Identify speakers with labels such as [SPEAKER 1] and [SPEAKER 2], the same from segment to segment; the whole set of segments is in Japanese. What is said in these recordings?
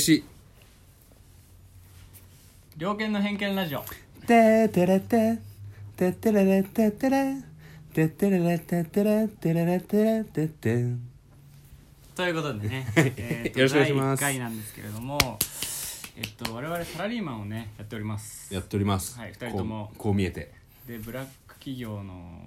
[SPEAKER 1] し
[SPEAKER 2] 猟犬の偏見ラジオ
[SPEAKER 3] ててれてててれれててれててれれててれてれれてれてて
[SPEAKER 2] ということで ね、えーと
[SPEAKER 1] よろしくお願いします
[SPEAKER 2] 第1回なんですけれどもえっと我々サラリーマンをねやっております
[SPEAKER 1] やっております
[SPEAKER 2] はい二人とも
[SPEAKER 1] こうこう見えて
[SPEAKER 2] でブラック企業の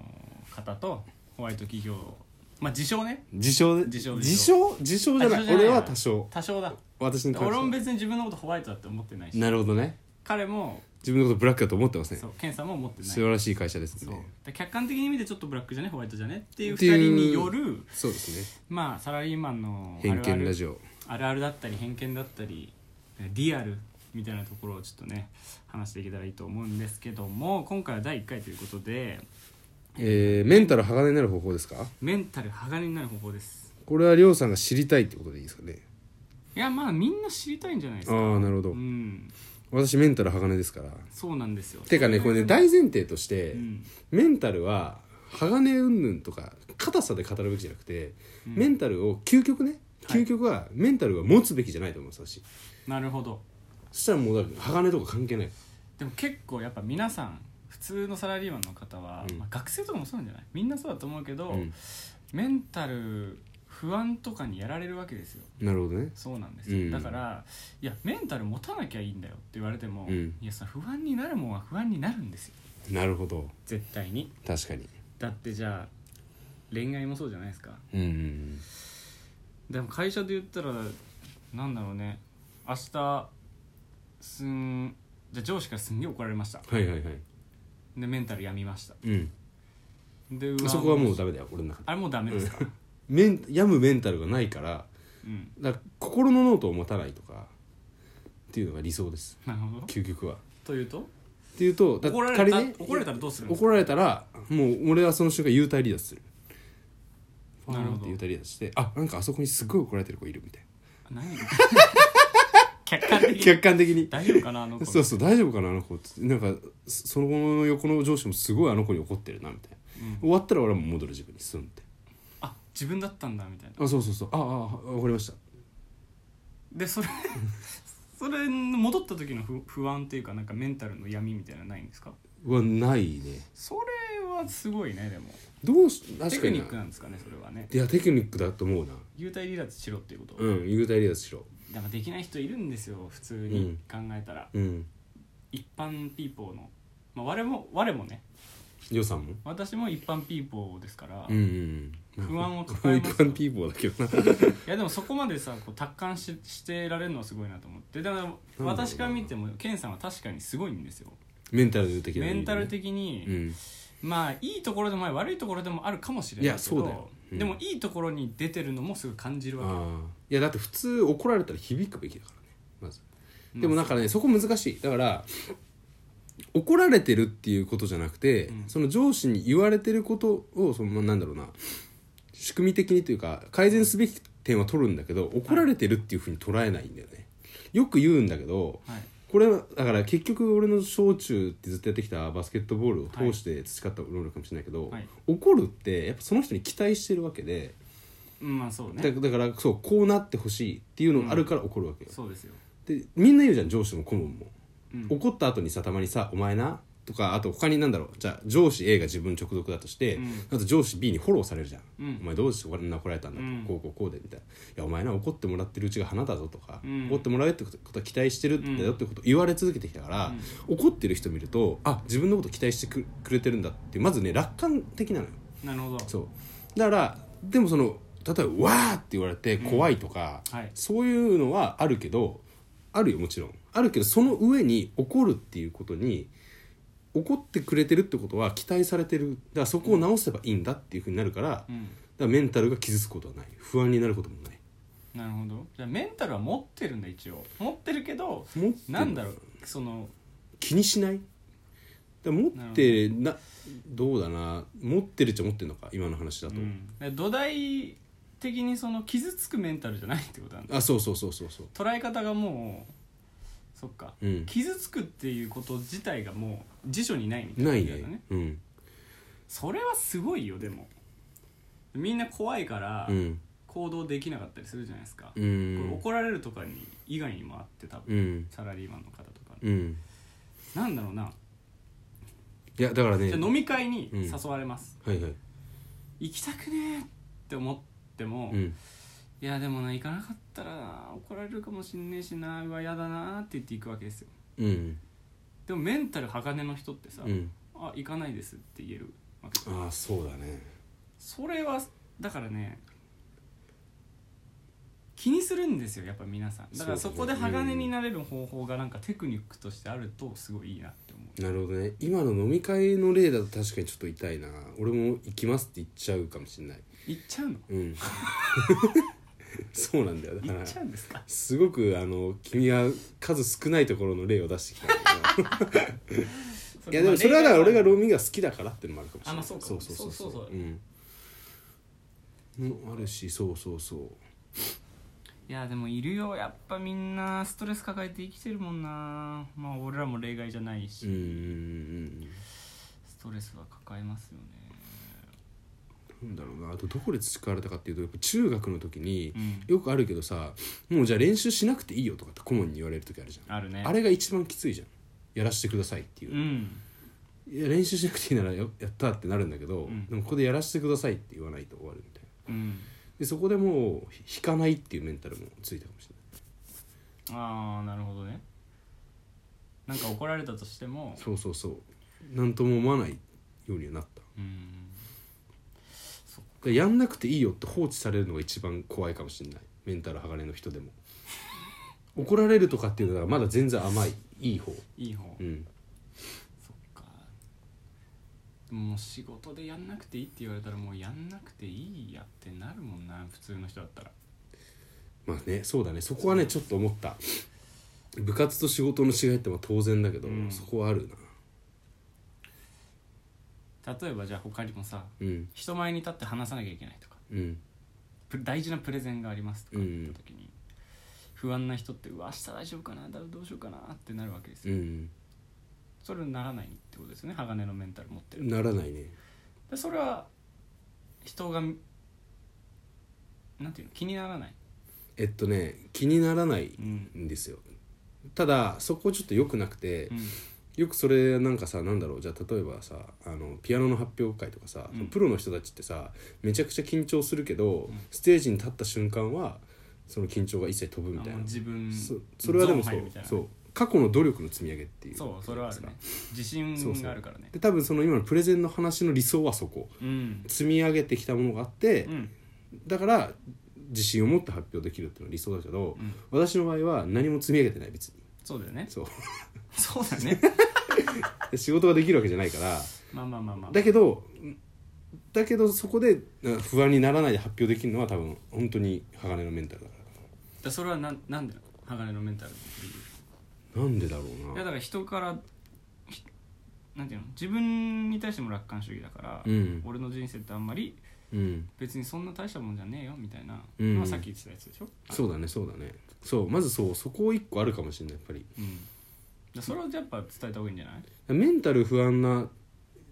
[SPEAKER 2] 方とホワイト企業まあ自称ね
[SPEAKER 1] 自称
[SPEAKER 2] 自称
[SPEAKER 1] 自称自称じゃない
[SPEAKER 2] あ自称じゃない
[SPEAKER 1] 俺は多少
[SPEAKER 2] 多少だ
[SPEAKER 1] 私に関して
[SPEAKER 2] 俺
[SPEAKER 1] は
[SPEAKER 2] も別に自分のことホワイトだって思ってないし
[SPEAKER 1] なるほどね
[SPEAKER 2] 彼も
[SPEAKER 1] 自分のことブラックだと思ってますね
[SPEAKER 2] そう検査も思ってない
[SPEAKER 1] 素晴らしい会社です
[SPEAKER 2] そう
[SPEAKER 1] ね
[SPEAKER 2] で客観的に見てちょっとブラックじゃねホワイトじゃねっていう2
[SPEAKER 1] っていう
[SPEAKER 2] 人による
[SPEAKER 1] そうですね
[SPEAKER 2] まあサラリーマンのあるあ
[SPEAKER 1] 偏
[SPEAKER 2] る
[SPEAKER 1] 見ラジオ
[SPEAKER 2] あるあるだったり偏見だったりリアルみたいなところをちょっとね話していけたらいいと思うんですけども今回は第1回ということで
[SPEAKER 1] えーメンタル鋼になる方法ですか
[SPEAKER 2] メンタル鋼になる方法です
[SPEAKER 1] これはりょうさんが知りたいってことでいいですかね
[SPEAKER 2] いやまあみんな知りたいんじゃないです
[SPEAKER 1] ああ
[SPEAKER 2] か
[SPEAKER 1] ーなるほ
[SPEAKER 2] う
[SPEAKER 1] ど
[SPEAKER 2] ん
[SPEAKER 1] 私メンタル鋼ですから
[SPEAKER 2] そうなんですよ
[SPEAKER 1] てかねこれね大前提として、
[SPEAKER 2] うん
[SPEAKER 1] メンタルは鋼云々とか硬さで語るべきじゃなくて、メンタルを究極ね
[SPEAKER 2] はい
[SPEAKER 1] 究極はメンタルは持つべきじゃないと思う私
[SPEAKER 2] なるほど
[SPEAKER 1] そしたらもうだから鋼とか関係ない
[SPEAKER 2] でも結構やっぱ皆さん普通のサラリーマンの方は、
[SPEAKER 1] うん
[SPEAKER 2] まあ、学生とかもそうなんじゃないみんなそうだと思うけど、
[SPEAKER 1] うん
[SPEAKER 2] メンタル不安とかにやられるわけですよ
[SPEAKER 1] なるほどね
[SPEAKER 2] そうなんですよ、
[SPEAKER 1] うん
[SPEAKER 2] だから「いやメンタル持たなきゃいいんだよ」って言われても「
[SPEAKER 1] うん
[SPEAKER 2] いやさ不安になるもんは不安になるんですよ
[SPEAKER 1] なるほど
[SPEAKER 2] 絶対に
[SPEAKER 1] 確かに
[SPEAKER 2] だってじゃあ恋愛もそうじゃないですか
[SPEAKER 1] うんうんうん
[SPEAKER 2] でも会社で言ったらなんだろうね明日すんじゃあ上司からすんげえ怒られました
[SPEAKER 1] はいはいはい
[SPEAKER 2] でメンタル病みました
[SPEAKER 1] うん
[SPEAKER 2] でうわ
[SPEAKER 1] そこはもうダメだよ俺の中で
[SPEAKER 2] あれもうダメですか、
[SPEAKER 1] メン病むメンタルがないから
[SPEAKER 2] うん、
[SPEAKER 1] だから心のノートを持たないとかっていうのが理想です
[SPEAKER 2] なるほど
[SPEAKER 1] 究極は
[SPEAKER 2] というと
[SPEAKER 1] っていうとだ
[SPEAKER 2] 怒られた、
[SPEAKER 1] 仮に
[SPEAKER 2] 怒られたらどうするんです
[SPEAKER 1] 怒られたらもう俺はその瞬間幽体離脱する
[SPEAKER 2] なるほ
[SPEAKER 1] パー
[SPEAKER 2] ど
[SPEAKER 1] ンって幽体離脱してあなんかあそこにすごい怒られてる子いるみたい
[SPEAKER 2] か何客観
[SPEAKER 1] な
[SPEAKER 2] 的に
[SPEAKER 1] 客観的に
[SPEAKER 2] 大丈夫かなあの子
[SPEAKER 1] そうそう大丈夫かなあの子ってなんかそその横の上司もすごいあの子に怒ってるなみたいな、
[SPEAKER 2] うん
[SPEAKER 1] 終わったら俺はもう戻る自分にすんって
[SPEAKER 2] あ自分だったんだみたいな
[SPEAKER 1] あそうそうそうあああ分かりました
[SPEAKER 2] でそれそれ戻った時の不不安っていうかなんかメンタルの闇みたいなのないんですか
[SPEAKER 1] はないね
[SPEAKER 2] それはすごいねでも
[SPEAKER 1] どうし
[SPEAKER 2] テ
[SPEAKER 1] 確
[SPEAKER 2] ク
[SPEAKER 1] かに
[SPEAKER 2] ニ
[SPEAKER 1] な
[SPEAKER 2] ックなんですかねそれはね
[SPEAKER 1] いやテクニックだと思うな
[SPEAKER 2] 幽体離脱しろっていうこと、
[SPEAKER 1] うん幽体離脱しろ
[SPEAKER 2] だからできない人いるんですよ普通に考えたら、
[SPEAKER 1] うん
[SPEAKER 2] 一般ピーポーの、まあ、我も我もね
[SPEAKER 1] 予算も
[SPEAKER 2] 私も一般ピーポーですから、
[SPEAKER 1] うん
[SPEAKER 2] い
[SPEAKER 1] うんうん
[SPEAKER 2] 不安を
[SPEAKER 1] 抱
[SPEAKER 2] 抱え
[SPEAKER 1] え
[SPEAKER 2] ますよ
[SPEAKER 1] 不安ピーポーだけどな
[SPEAKER 2] やでもそこまでさこう達観ししてられるのはすごいなと思ってだから
[SPEAKER 1] ろうな
[SPEAKER 2] 私から見てもケンさんは確かにすごいんですよ
[SPEAKER 1] メンタル的な意味
[SPEAKER 2] メ
[SPEAKER 1] でね
[SPEAKER 2] ンタル的に、
[SPEAKER 1] うん
[SPEAKER 2] まあいいところでもあり悪いところでもあるかもしれない
[SPEAKER 1] い
[SPEAKER 2] けど
[SPEAKER 1] やそうだようん
[SPEAKER 2] でもいいところに出てるのもすごい感じるわ
[SPEAKER 1] ああいやだって普通怒られたら響くべきだからねまず
[SPEAKER 2] け
[SPEAKER 1] でもなんかねそこ難しいだから怒られてるっていうことじゃなくて、
[SPEAKER 2] うん
[SPEAKER 1] その上司に言われてることをそのなんだろうな仕組み的にというか改善すべき点は取るんだけど怒られてるっていうふうに捉えないんだよね、よく言うんだけど
[SPEAKER 2] はい
[SPEAKER 1] これはだから結局俺の小中ってずっとやってきたバスケットボールを通して培った能力かもしれないけど、
[SPEAKER 2] はい
[SPEAKER 1] 怒るってやっぱその人に期待してるわけで、
[SPEAKER 2] うんまあそう
[SPEAKER 1] だ
[SPEAKER 2] ね
[SPEAKER 1] だからそうこうなってほしいっていうのがあるから怒るわけよ、
[SPEAKER 2] そうですよ、
[SPEAKER 1] でみんな言うじゃん上司も顧問も、
[SPEAKER 2] うん
[SPEAKER 1] 怒った後にさたまにさ「お前な」とかあと他に何だろうじゃあ上司 A が自分直属だとして、
[SPEAKER 2] うん
[SPEAKER 1] あと上司 B にフォローされるじゃん「
[SPEAKER 2] うん
[SPEAKER 1] お前どうしてこんな怒られたんだ」とか、
[SPEAKER 2] う
[SPEAKER 1] こう
[SPEAKER 2] ん
[SPEAKER 1] こうこうで」みたいな「いやお前な怒ってもらってるうちが花だぞ」とか、
[SPEAKER 2] うん
[SPEAKER 1] 怒ってもらえるってことは期待してるんだよってことを言われ続けてきたから、怒ってる人見るとあ自分のこと期待してくくれてるんだってまずね楽観的なのよ。
[SPEAKER 2] なるほど
[SPEAKER 1] そうだからでもその例えば「わー!」って言われて怖いとか、
[SPEAKER 2] はい
[SPEAKER 1] そういうのはあるけどあるよもちろんあるけどその上に怒るっていうことに怒ってくれてるってことは期待されてるだからそこを直せばいいんだっていうふうになるから,、
[SPEAKER 2] う
[SPEAKER 1] だか
[SPEAKER 2] ん
[SPEAKER 1] らメンタルが傷つくことはない不安になることもない
[SPEAKER 2] なるほどじゃあメンタルは持ってるんだ一応持ってるけど
[SPEAKER 1] 持ってる
[SPEAKER 2] なんだろうその
[SPEAKER 1] 気にしないだから持ってなどうだな持ってるっちゃ持ってるのか今の話だと、
[SPEAKER 2] うん土台的にその傷つくメンタルじゃないってことなんだ
[SPEAKER 1] あそうそうそうそうそう
[SPEAKER 2] 捉え方がもうそっか、
[SPEAKER 1] うん
[SPEAKER 2] 傷つくっていうこと自体がもう辞書にないみたいな
[SPEAKER 1] ない
[SPEAKER 2] ことだね
[SPEAKER 1] ねうん
[SPEAKER 2] それはすごいよでもみんな怖いから、
[SPEAKER 1] うん
[SPEAKER 2] 行動できなかったりするじゃないですか、
[SPEAKER 1] う
[SPEAKER 2] これ
[SPEAKER 1] ん
[SPEAKER 2] 怒られるとかに以外にもあって多分、
[SPEAKER 1] うん
[SPEAKER 2] サラリーマンの方とかに、
[SPEAKER 1] うん
[SPEAKER 2] なんだろうない
[SPEAKER 1] やだからね
[SPEAKER 2] じゃあ飲み会に
[SPEAKER 1] うん
[SPEAKER 2] 誘われます、
[SPEAKER 1] はいはい
[SPEAKER 2] 行きたくねーって思っても、
[SPEAKER 1] うん
[SPEAKER 2] いやでもな行かなかったらな怒られるかもしんねえしなうわやだなーって言って行くわけですよ
[SPEAKER 1] うん
[SPEAKER 2] でもメンタル鋼の人ってさ、
[SPEAKER 1] うん
[SPEAKER 2] あ行かないですって言えるわけ
[SPEAKER 1] ああそうだね
[SPEAKER 2] それはだからね気にするんですよやっぱ皆さんだから
[SPEAKER 1] そ
[SPEAKER 2] そうこ
[SPEAKER 1] だ
[SPEAKER 2] で
[SPEAKER 1] ね
[SPEAKER 2] 鋼になれる方法がなんかテクニックとしてあるとすごいいいなって思う
[SPEAKER 1] なるほどね今の飲み会の例だと確かにちょっと痛いな俺も行きますって言っちゃうかもしれない
[SPEAKER 2] 行っちゃうの
[SPEAKER 1] うん そうなんだよだか
[SPEAKER 2] 行っ
[SPEAKER 1] ら
[SPEAKER 2] ちゃうんですか
[SPEAKER 1] すごくあの君は数少ないところの例を出してきたんだ けどいやでもそれはだから俺がロミが好きだからっていうのもあるかもしれない
[SPEAKER 2] あまあそうか
[SPEAKER 1] そうそうそう
[SPEAKER 2] そうそうそう
[SPEAKER 1] うんもあるしそうそうそう
[SPEAKER 2] いやでもいるよやっぱみんなストレス抱えて生きてるもんなまあ俺らも例外じゃないし、
[SPEAKER 1] うんうんうん
[SPEAKER 2] ストレスは抱えますよね
[SPEAKER 1] うんなんだろうなあとどこで培われたかっていうとやっぱ中学の時に
[SPEAKER 2] うん
[SPEAKER 1] よくあるけどさもうじゃあ練習しなくていいよとかって顧問に言われる時あるじゃん
[SPEAKER 2] あるね
[SPEAKER 1] あれが一番きついじゃんやらせてくださいっていう
[SPEAKER 2] う、ん
[SPEAKER 1] いや練習しなくていいならよやったってなるんだけど、
[SPEAKER 2] うん
[SPEAKER 1] でもここでやらせてくださいって言わないと終わるみたいな
[SPEAKER 2] うん
[SPEAKER 1] でそこでもうひ引かないっていうメンタルもついたかもしれない
[SPEAKER 2] ああなるほどねなんか怒られたとしても
[SPEAKER 1] そうそうそう何とも思わないようにはなっただか
[SPEAKER 2] うん
[SPEAKER 1] らやんなくていいよって放置されるのが一番怖いかもしれないメンタル鋼の人でも 怒られるとかっていうのはまだ全然甘いいい方
[SPEAKER 2] いい方、
[SPEAKER 1] うん
[SPEAKER 2] そっかでももう仕事でやんなくていいって言われたらもうやんなくていいやってなるもんな普通の人だったら
[SPEAKER 1] まあねそうだねそこはねちょっと思った部活と仕事の違いってまあ当然だけど、
[SPEAKER 2] うん
[SPEAKER 1] そこはあるな
[SPEAKER 2] 例えばじゃあ他にもさ
[SPEAKER 1] うん
[SPEAKER 2] 人前に立って話さなきゃいけないとか
[SPEAKER 1] うん
[SPEAKER 2] プ大事なプレゼンがありますとか
[SPEAKER 1] う
[SPEAKER 2] 言
[SPEAKER 1] ん
[SPEAKER 2] った時に、不安な人ってうわ明日大丈夫かなだどうしようかなってなるわけです
[SPEAKER 1] う
[SPEAKER 2] よ、
[SPEAKER 1] ん
[SPEAKER 2] それにならないってことですよね鋼のメンタル持ってる
[SPEAKER 1] ならないね
[SPEAKER 2] でそれは人がなんていうの気にならない、
[SPEAKER 1] えっとね気にならない
[SPEAKER 2] うん
[SPEAKER 1] んですよただそこちょっと良くなくて、
[SPEAKER 2] うん
[SPEAKER 1] よくそれなんかさなんだろうじゃあ例えばさあのピアノの発表会とかさ、
[SPEAKER 2] うん
[SPEAKER 1] プロの人たちってさめちゃくちゃ緊張するけど、
[SPEAKER 2] ん
[SPEAKER 1] ステージに立った瞬間はその緊張が一切飛ぶみたい
[SPEAKER 2] あも
[SPEAKER 1] な
[SPEAKER 2] う自分
[SPEAKER 1] そそれはでもそ
[SPEAKER 2] ゾーン入る
[SPEAKER 1] う
[SPEAKER 2] みたいな
[SPEAKER 1] そう過去の努力の積み上げっていう
[SPEAKER 2] そうそれはあるね
[SPEAKER 1] そ
[SPEAKER 2] 自
[SPEAKER 1] う
[SPEAKER 2] 信
[SPEAKER 1] そう
[SPEAKER 2] があるからね
[SPEAKER 1] で多分その今のプレゼンの話の理想はそこ
[SPEAKER 2] うん
[SPEAKER 1] 積み上げてきたものがあって、
[SPEAKER 2] うん
[SPEAKER 1] だから自信を持って発表できるっていうのは理想だけど、
[SPEAKER 2] うん
[SPEAKER 1] 私の場合は何も積み上げてない別に
[SPEAKER 2] そうだよね
[SPEAKER 1] そう
[SPEAKER 2] そうだね
[SPEAKER 1] で仕事ができるわけじゃないから
[SPEAKER 2] まあまあまあまあ
[SPEAKER 1] だけどうんだけどそこでうん不安にならないで発表できるのは多分本当に鋼のメンタルだか
[SPEAKER 2] だそれはなんなんでなの鋼のメンタルの理由
[SPEAKER 1] らなんでだろ
[SPEAKER 2] いうや
[SPEAKER 1] な
[SPEAKER 2] だから人からひなんていうの自分に対しても楽観主義だから、
[SPEAKER 1] うん
[SPEAKER 2] 俺の人生ってあんまり
[SPEAKER 1] うん
[SPEAKER 2] 別にそんな大したもんじゃねえよみたいな、
[SPEAKER 1] うん
[SPEAKER 2] まあさっき言ってたやつでしょ
[SPEAKER 1] そうだねそうだねそうまずそうそこ一個あるかもしれないやっぱり
[SPEAKER 2] うんだそれをやっぱ伝えた方がいいんじゃない
[SPEAKER 1] メンタル不安な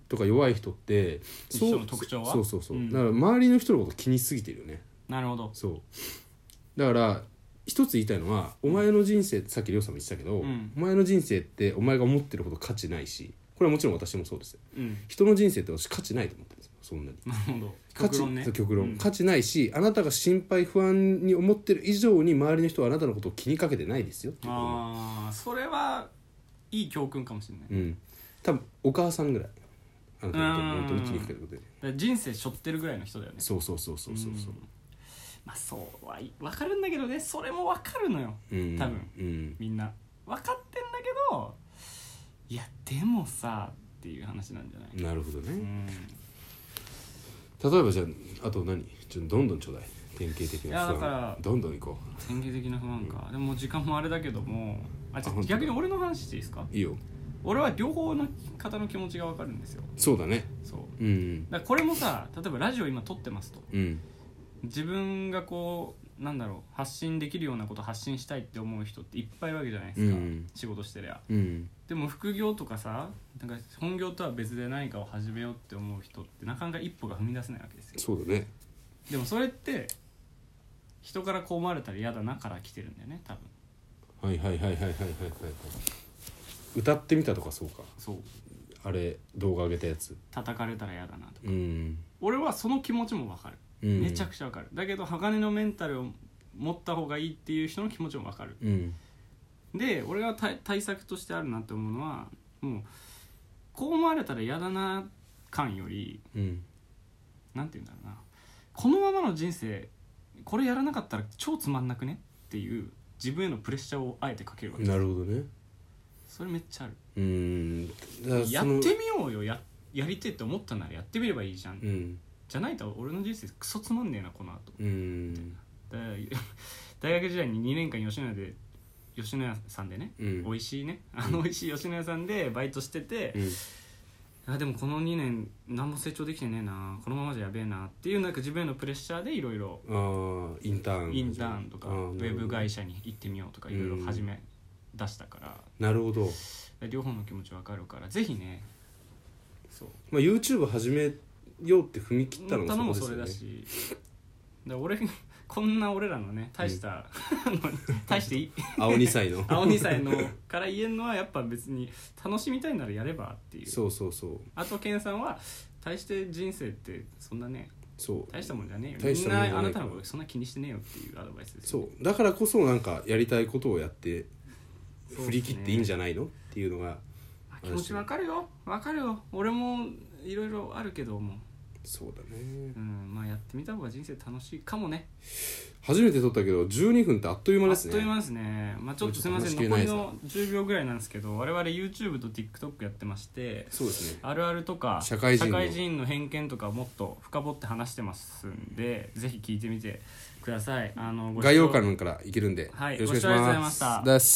[SPEAKER 1] とか弱い人ってそう
[SPEAKER 2] 人の特徴は
[SPEAKER 1] そうそうそう、
[SPEAKER 2] うん
[SPEAKER 1] だから周りの人のこと気にしすぎてるよね
[SPEAKER 2] なるほど
[SPEAKER 1] そうだから一つ言いたいのはお前の人生ってさっきりょうさんも言ってたけど、
[SPEAKER 2] うん
[SPEAKER 1] お前の人生ってお前が思ってるほど価値ないしこれはもちろん私もそうですよ
[SPEAKER 2] うん
[SPEAKER 1] 人の人生って私価値ないと思ってるんですよそんなに
[SPEAKER 2] なるほど
[SPEAKER 1] 価値
[SPEAKER 2] 極論ね
[SPEAKER 1] そう極論、
[SPEAKER 2] うん
[SPEAKER 1] 価値ないしあなたが心配不安に思ってる以上に周りの人はあなたのことを気にかけてないですよっていうことね
[SPEAKER 2] ああそれはいい教訓かもしれない、
[SPEAKER 1] うん多分お母さんぐらいあなたのこと
[SPEAKER 2] う
[SPEAKER 1] を本
[SPEAKER 2] ん
[SPEAKER 1] 当に気にかけてることで
[SPEAKER 2] だから人生背負ってるぐらいの人だよね
[SPEAKER 1] そうそうそうそうそうそ
[SPEAKER 2] んまあそうはい分かるんだけどねそれも分かるのよ
[SPEAKER 1] う、うん、
[SPEAKER 2] 多分
[SPEAKER 1] うん
[SPEAKER 2] みんな分かってんだけどいやでもさっていう話なんじゃない、
[SPEAKER 1] なるほど
[SPEAKER 2] う
[SPEAKER 1] ね
[SPEAKER 2] ん、
[SPEAKER 1] 例えばじゃああと何ちょっとどんどんちょうだい典型的
[SPEAKER 2] いや
[SPEAKER 1] な
[SPEAKER 2] だから
[SPEAKER 1] どんどん行こ
[SPEAKER 2] 典型的な不安か、でももう時間もあれだけどもあちょ
[SPEAKER 1] あ本当だ
[SPEAKER 2] 逆に俺の話していいですか
[SPEAKER 1] ういいよ
[SPEAKER 2] 俺は両方の方の気持ちが分かるんですよ
[SPEAKER 1] そうだね
[SPEAKER 2] そう
[SPEAKER 1] うん
[SPEAKER 2] だからこれもさ例えばラジオ今撮ってますと
[SPEAKER 1] うん
[SPEAKER 2] 自分がこうなんだろう発信できるようなこと発信したいって思う人っていっぱいいるわけじゃないですか、
[SPEAKER 1] うん
[SPEAKER 2] 仕事してりゃ
[SPEAKER 1] うん
[SPEAKER 2] でも副業とかさなんか本業とは別で何かを始めようって思う人ってなかなか一歩が踏み出せないわけですよ
[SPEAKER 1] そうだね
[SPEAKER 2] でもそれって人からこう思われたら嫌だなから来てるんだよね多分
[SPEAKER 1] はいはいはいはいはいはいはい歌ってみたとかそうか
[SPEAKER 2] そう
[SPEAKER 1] あれ動画上げたやつ
[SPEAKER 2] 叩かれたら嫌だなと
[SPEAKER 1] うん、
[SPEAKER 2] 俺はその気持ちもわかる
[SPEAKER 1] うん、
[SPEAKER 2] めちゃ
[SPEAKER 1] ち
[SPEAKER 2] くちゃわかるだけど鋼のメンタルを持った方がいいっていう人の気持ちもわかる
[SPEAKER 1] ゃうん
[SPEAKER 2] で俺が対対策としてあるなって思うのはもうこう思われたら嫌だな感より
[SPEAKER 1] うん
[SPEAKER 2] なんて言うんだろうなこのままの人生これやらなかったら超つまんなくねっていう自分へのプレッシャーをあえてかけるわけ
[SPEAKER 1] なるほどね
[SPEAKER 2] それめっちゃある
[SPEAKER 1] うんだから
[SPEAKER 2] やっ
[SPEAKER 1] そ
[SPEAKER 2] て
[SPEAKER 1] の
[SPEAKER 2] みようよややりてえって思ったならやってみればいいじゃん、
[SPEAKER 1] うん
[SPEAKER 2] じゃないと俺の人生クソつまんねえなこの後
[SPEAKER 1] うん
[SPEAKER 2] だ 大学時代に2年間吉野家で吉野家さんでね、
[SPEAKER 1] うん
[SPEAKER 2] 美味しいねあの美味しい吉野家さんでバイトしてて、
[SPEAKER 1] うん
[SPEAKER 2] あでもこの2年何も成長できてねえなこのままじゃやべえなっていうなんか自分へのプレッシャーでいろいろ
[SPEAKER 1] ああインターン
[SPEAKER 2] インターンとか
[SPEAKER 1] あ
[SPEAKER 2] ウ
[SPEAKER 1] ー
[SPEAKER 2] ェブ会社に行ってみようとかいろいろ始め出したから
[SPEAKER 1] なるほど、
[SPEAKER 2] 両方の気持ちわかるからぜひねそう
[SPEAKER 1] まあ、YouTube 始めようって踏み切ったの
[SPEAKER 2] 頼もそ
[SPEAKER 1] こ
[SPEAKER 2] れだ
[SPEAKER 1] ですよね
[SPEAKER 2] しだから俺 こんな俺らのね大した、あの 大してい
[SPEAKER 1] 青2歳の
[SPEAKER 2] 青2歳のから言えるのはやっぱ別に楽しみたいならやればっていう
[SPEAKER 1] そうそうそう
[SPEAKER 2] あとケンさんは大して人生ってそんなね
[SPEAKER 1] そう
[SPEAKER 2] 大したもんじゃねえよ
[SPEAKER 1] 大
[SPEAKER 2] み
[SPEAKER 1] し
[SPEAKER 2] ん
[SPEAKER 1] たもん
[SPEAKER 2] な
[SPEAKER 1] じゃない
[SPEAKER 2] あなたのことそんな気にしてねえよっていうアドバイスです
[SPEAKER 1] そ
[SPEAKER 2] よ
[SPEAKER 1] う
[SPEAKER 2] ね、
[SPEAKER 1] だからこそなんかやりたいことをやって
[SPEAKER 2] そう
[SPEAKER 1] 振り切っていいんじゃないのっていうのが
[SPEAKER 2] あ気持ちわかるよわかるよ俺もいろいろあるけども
[SPEAKER 1] そうだね
[SPEAKER 2] うんまあやってみた方が人生楽しいかもね
[SPEAKER 1] 初めて撮ったけど12分ってあっという間
[SPEAKER 2] あ
[SPEAKER 1] で
[SPEAKER 2] っ
[SPEAKER 1] す
[SPEAKER 2] という間
[SPEAKER 1] ね
[SPEAKER 2] ですね、まあ、ちょっとすみません
[SPEAKER 1] もうちょっと話
[SPEAKER 2] 残り
[SPEAKER 1] しきれない
[SPEAKER 2] の10秒ぐらいなんですけど我々 YouTube と TikTok やってまして
[SPEAKER 1] そうですね
[SPEAKER 2] あるあるとか
[SPEAKER 1] 社会人の
[SPEAKER 2] の偏見とかをもっと深掘って話してますんでぜひ聞いてみてくださいあのご視聴
[SPEAKER 1] 概要欄からいけるんで、
[SPEAKER 2] はい
[SPEAKER 1] よろしくお
[SPEAKER 2] ご視聴ありがとうござ
[SPEAKER 1] 願
[SPEAKER 2] い
[SPEAKER 1] いし
[SPEAKER 2] ま
[SPEAKER 1] ま
[SPEAKER 2] し
[SPEAKER 1] す
[SPEAKER 2] た
[SPEAKER 1] です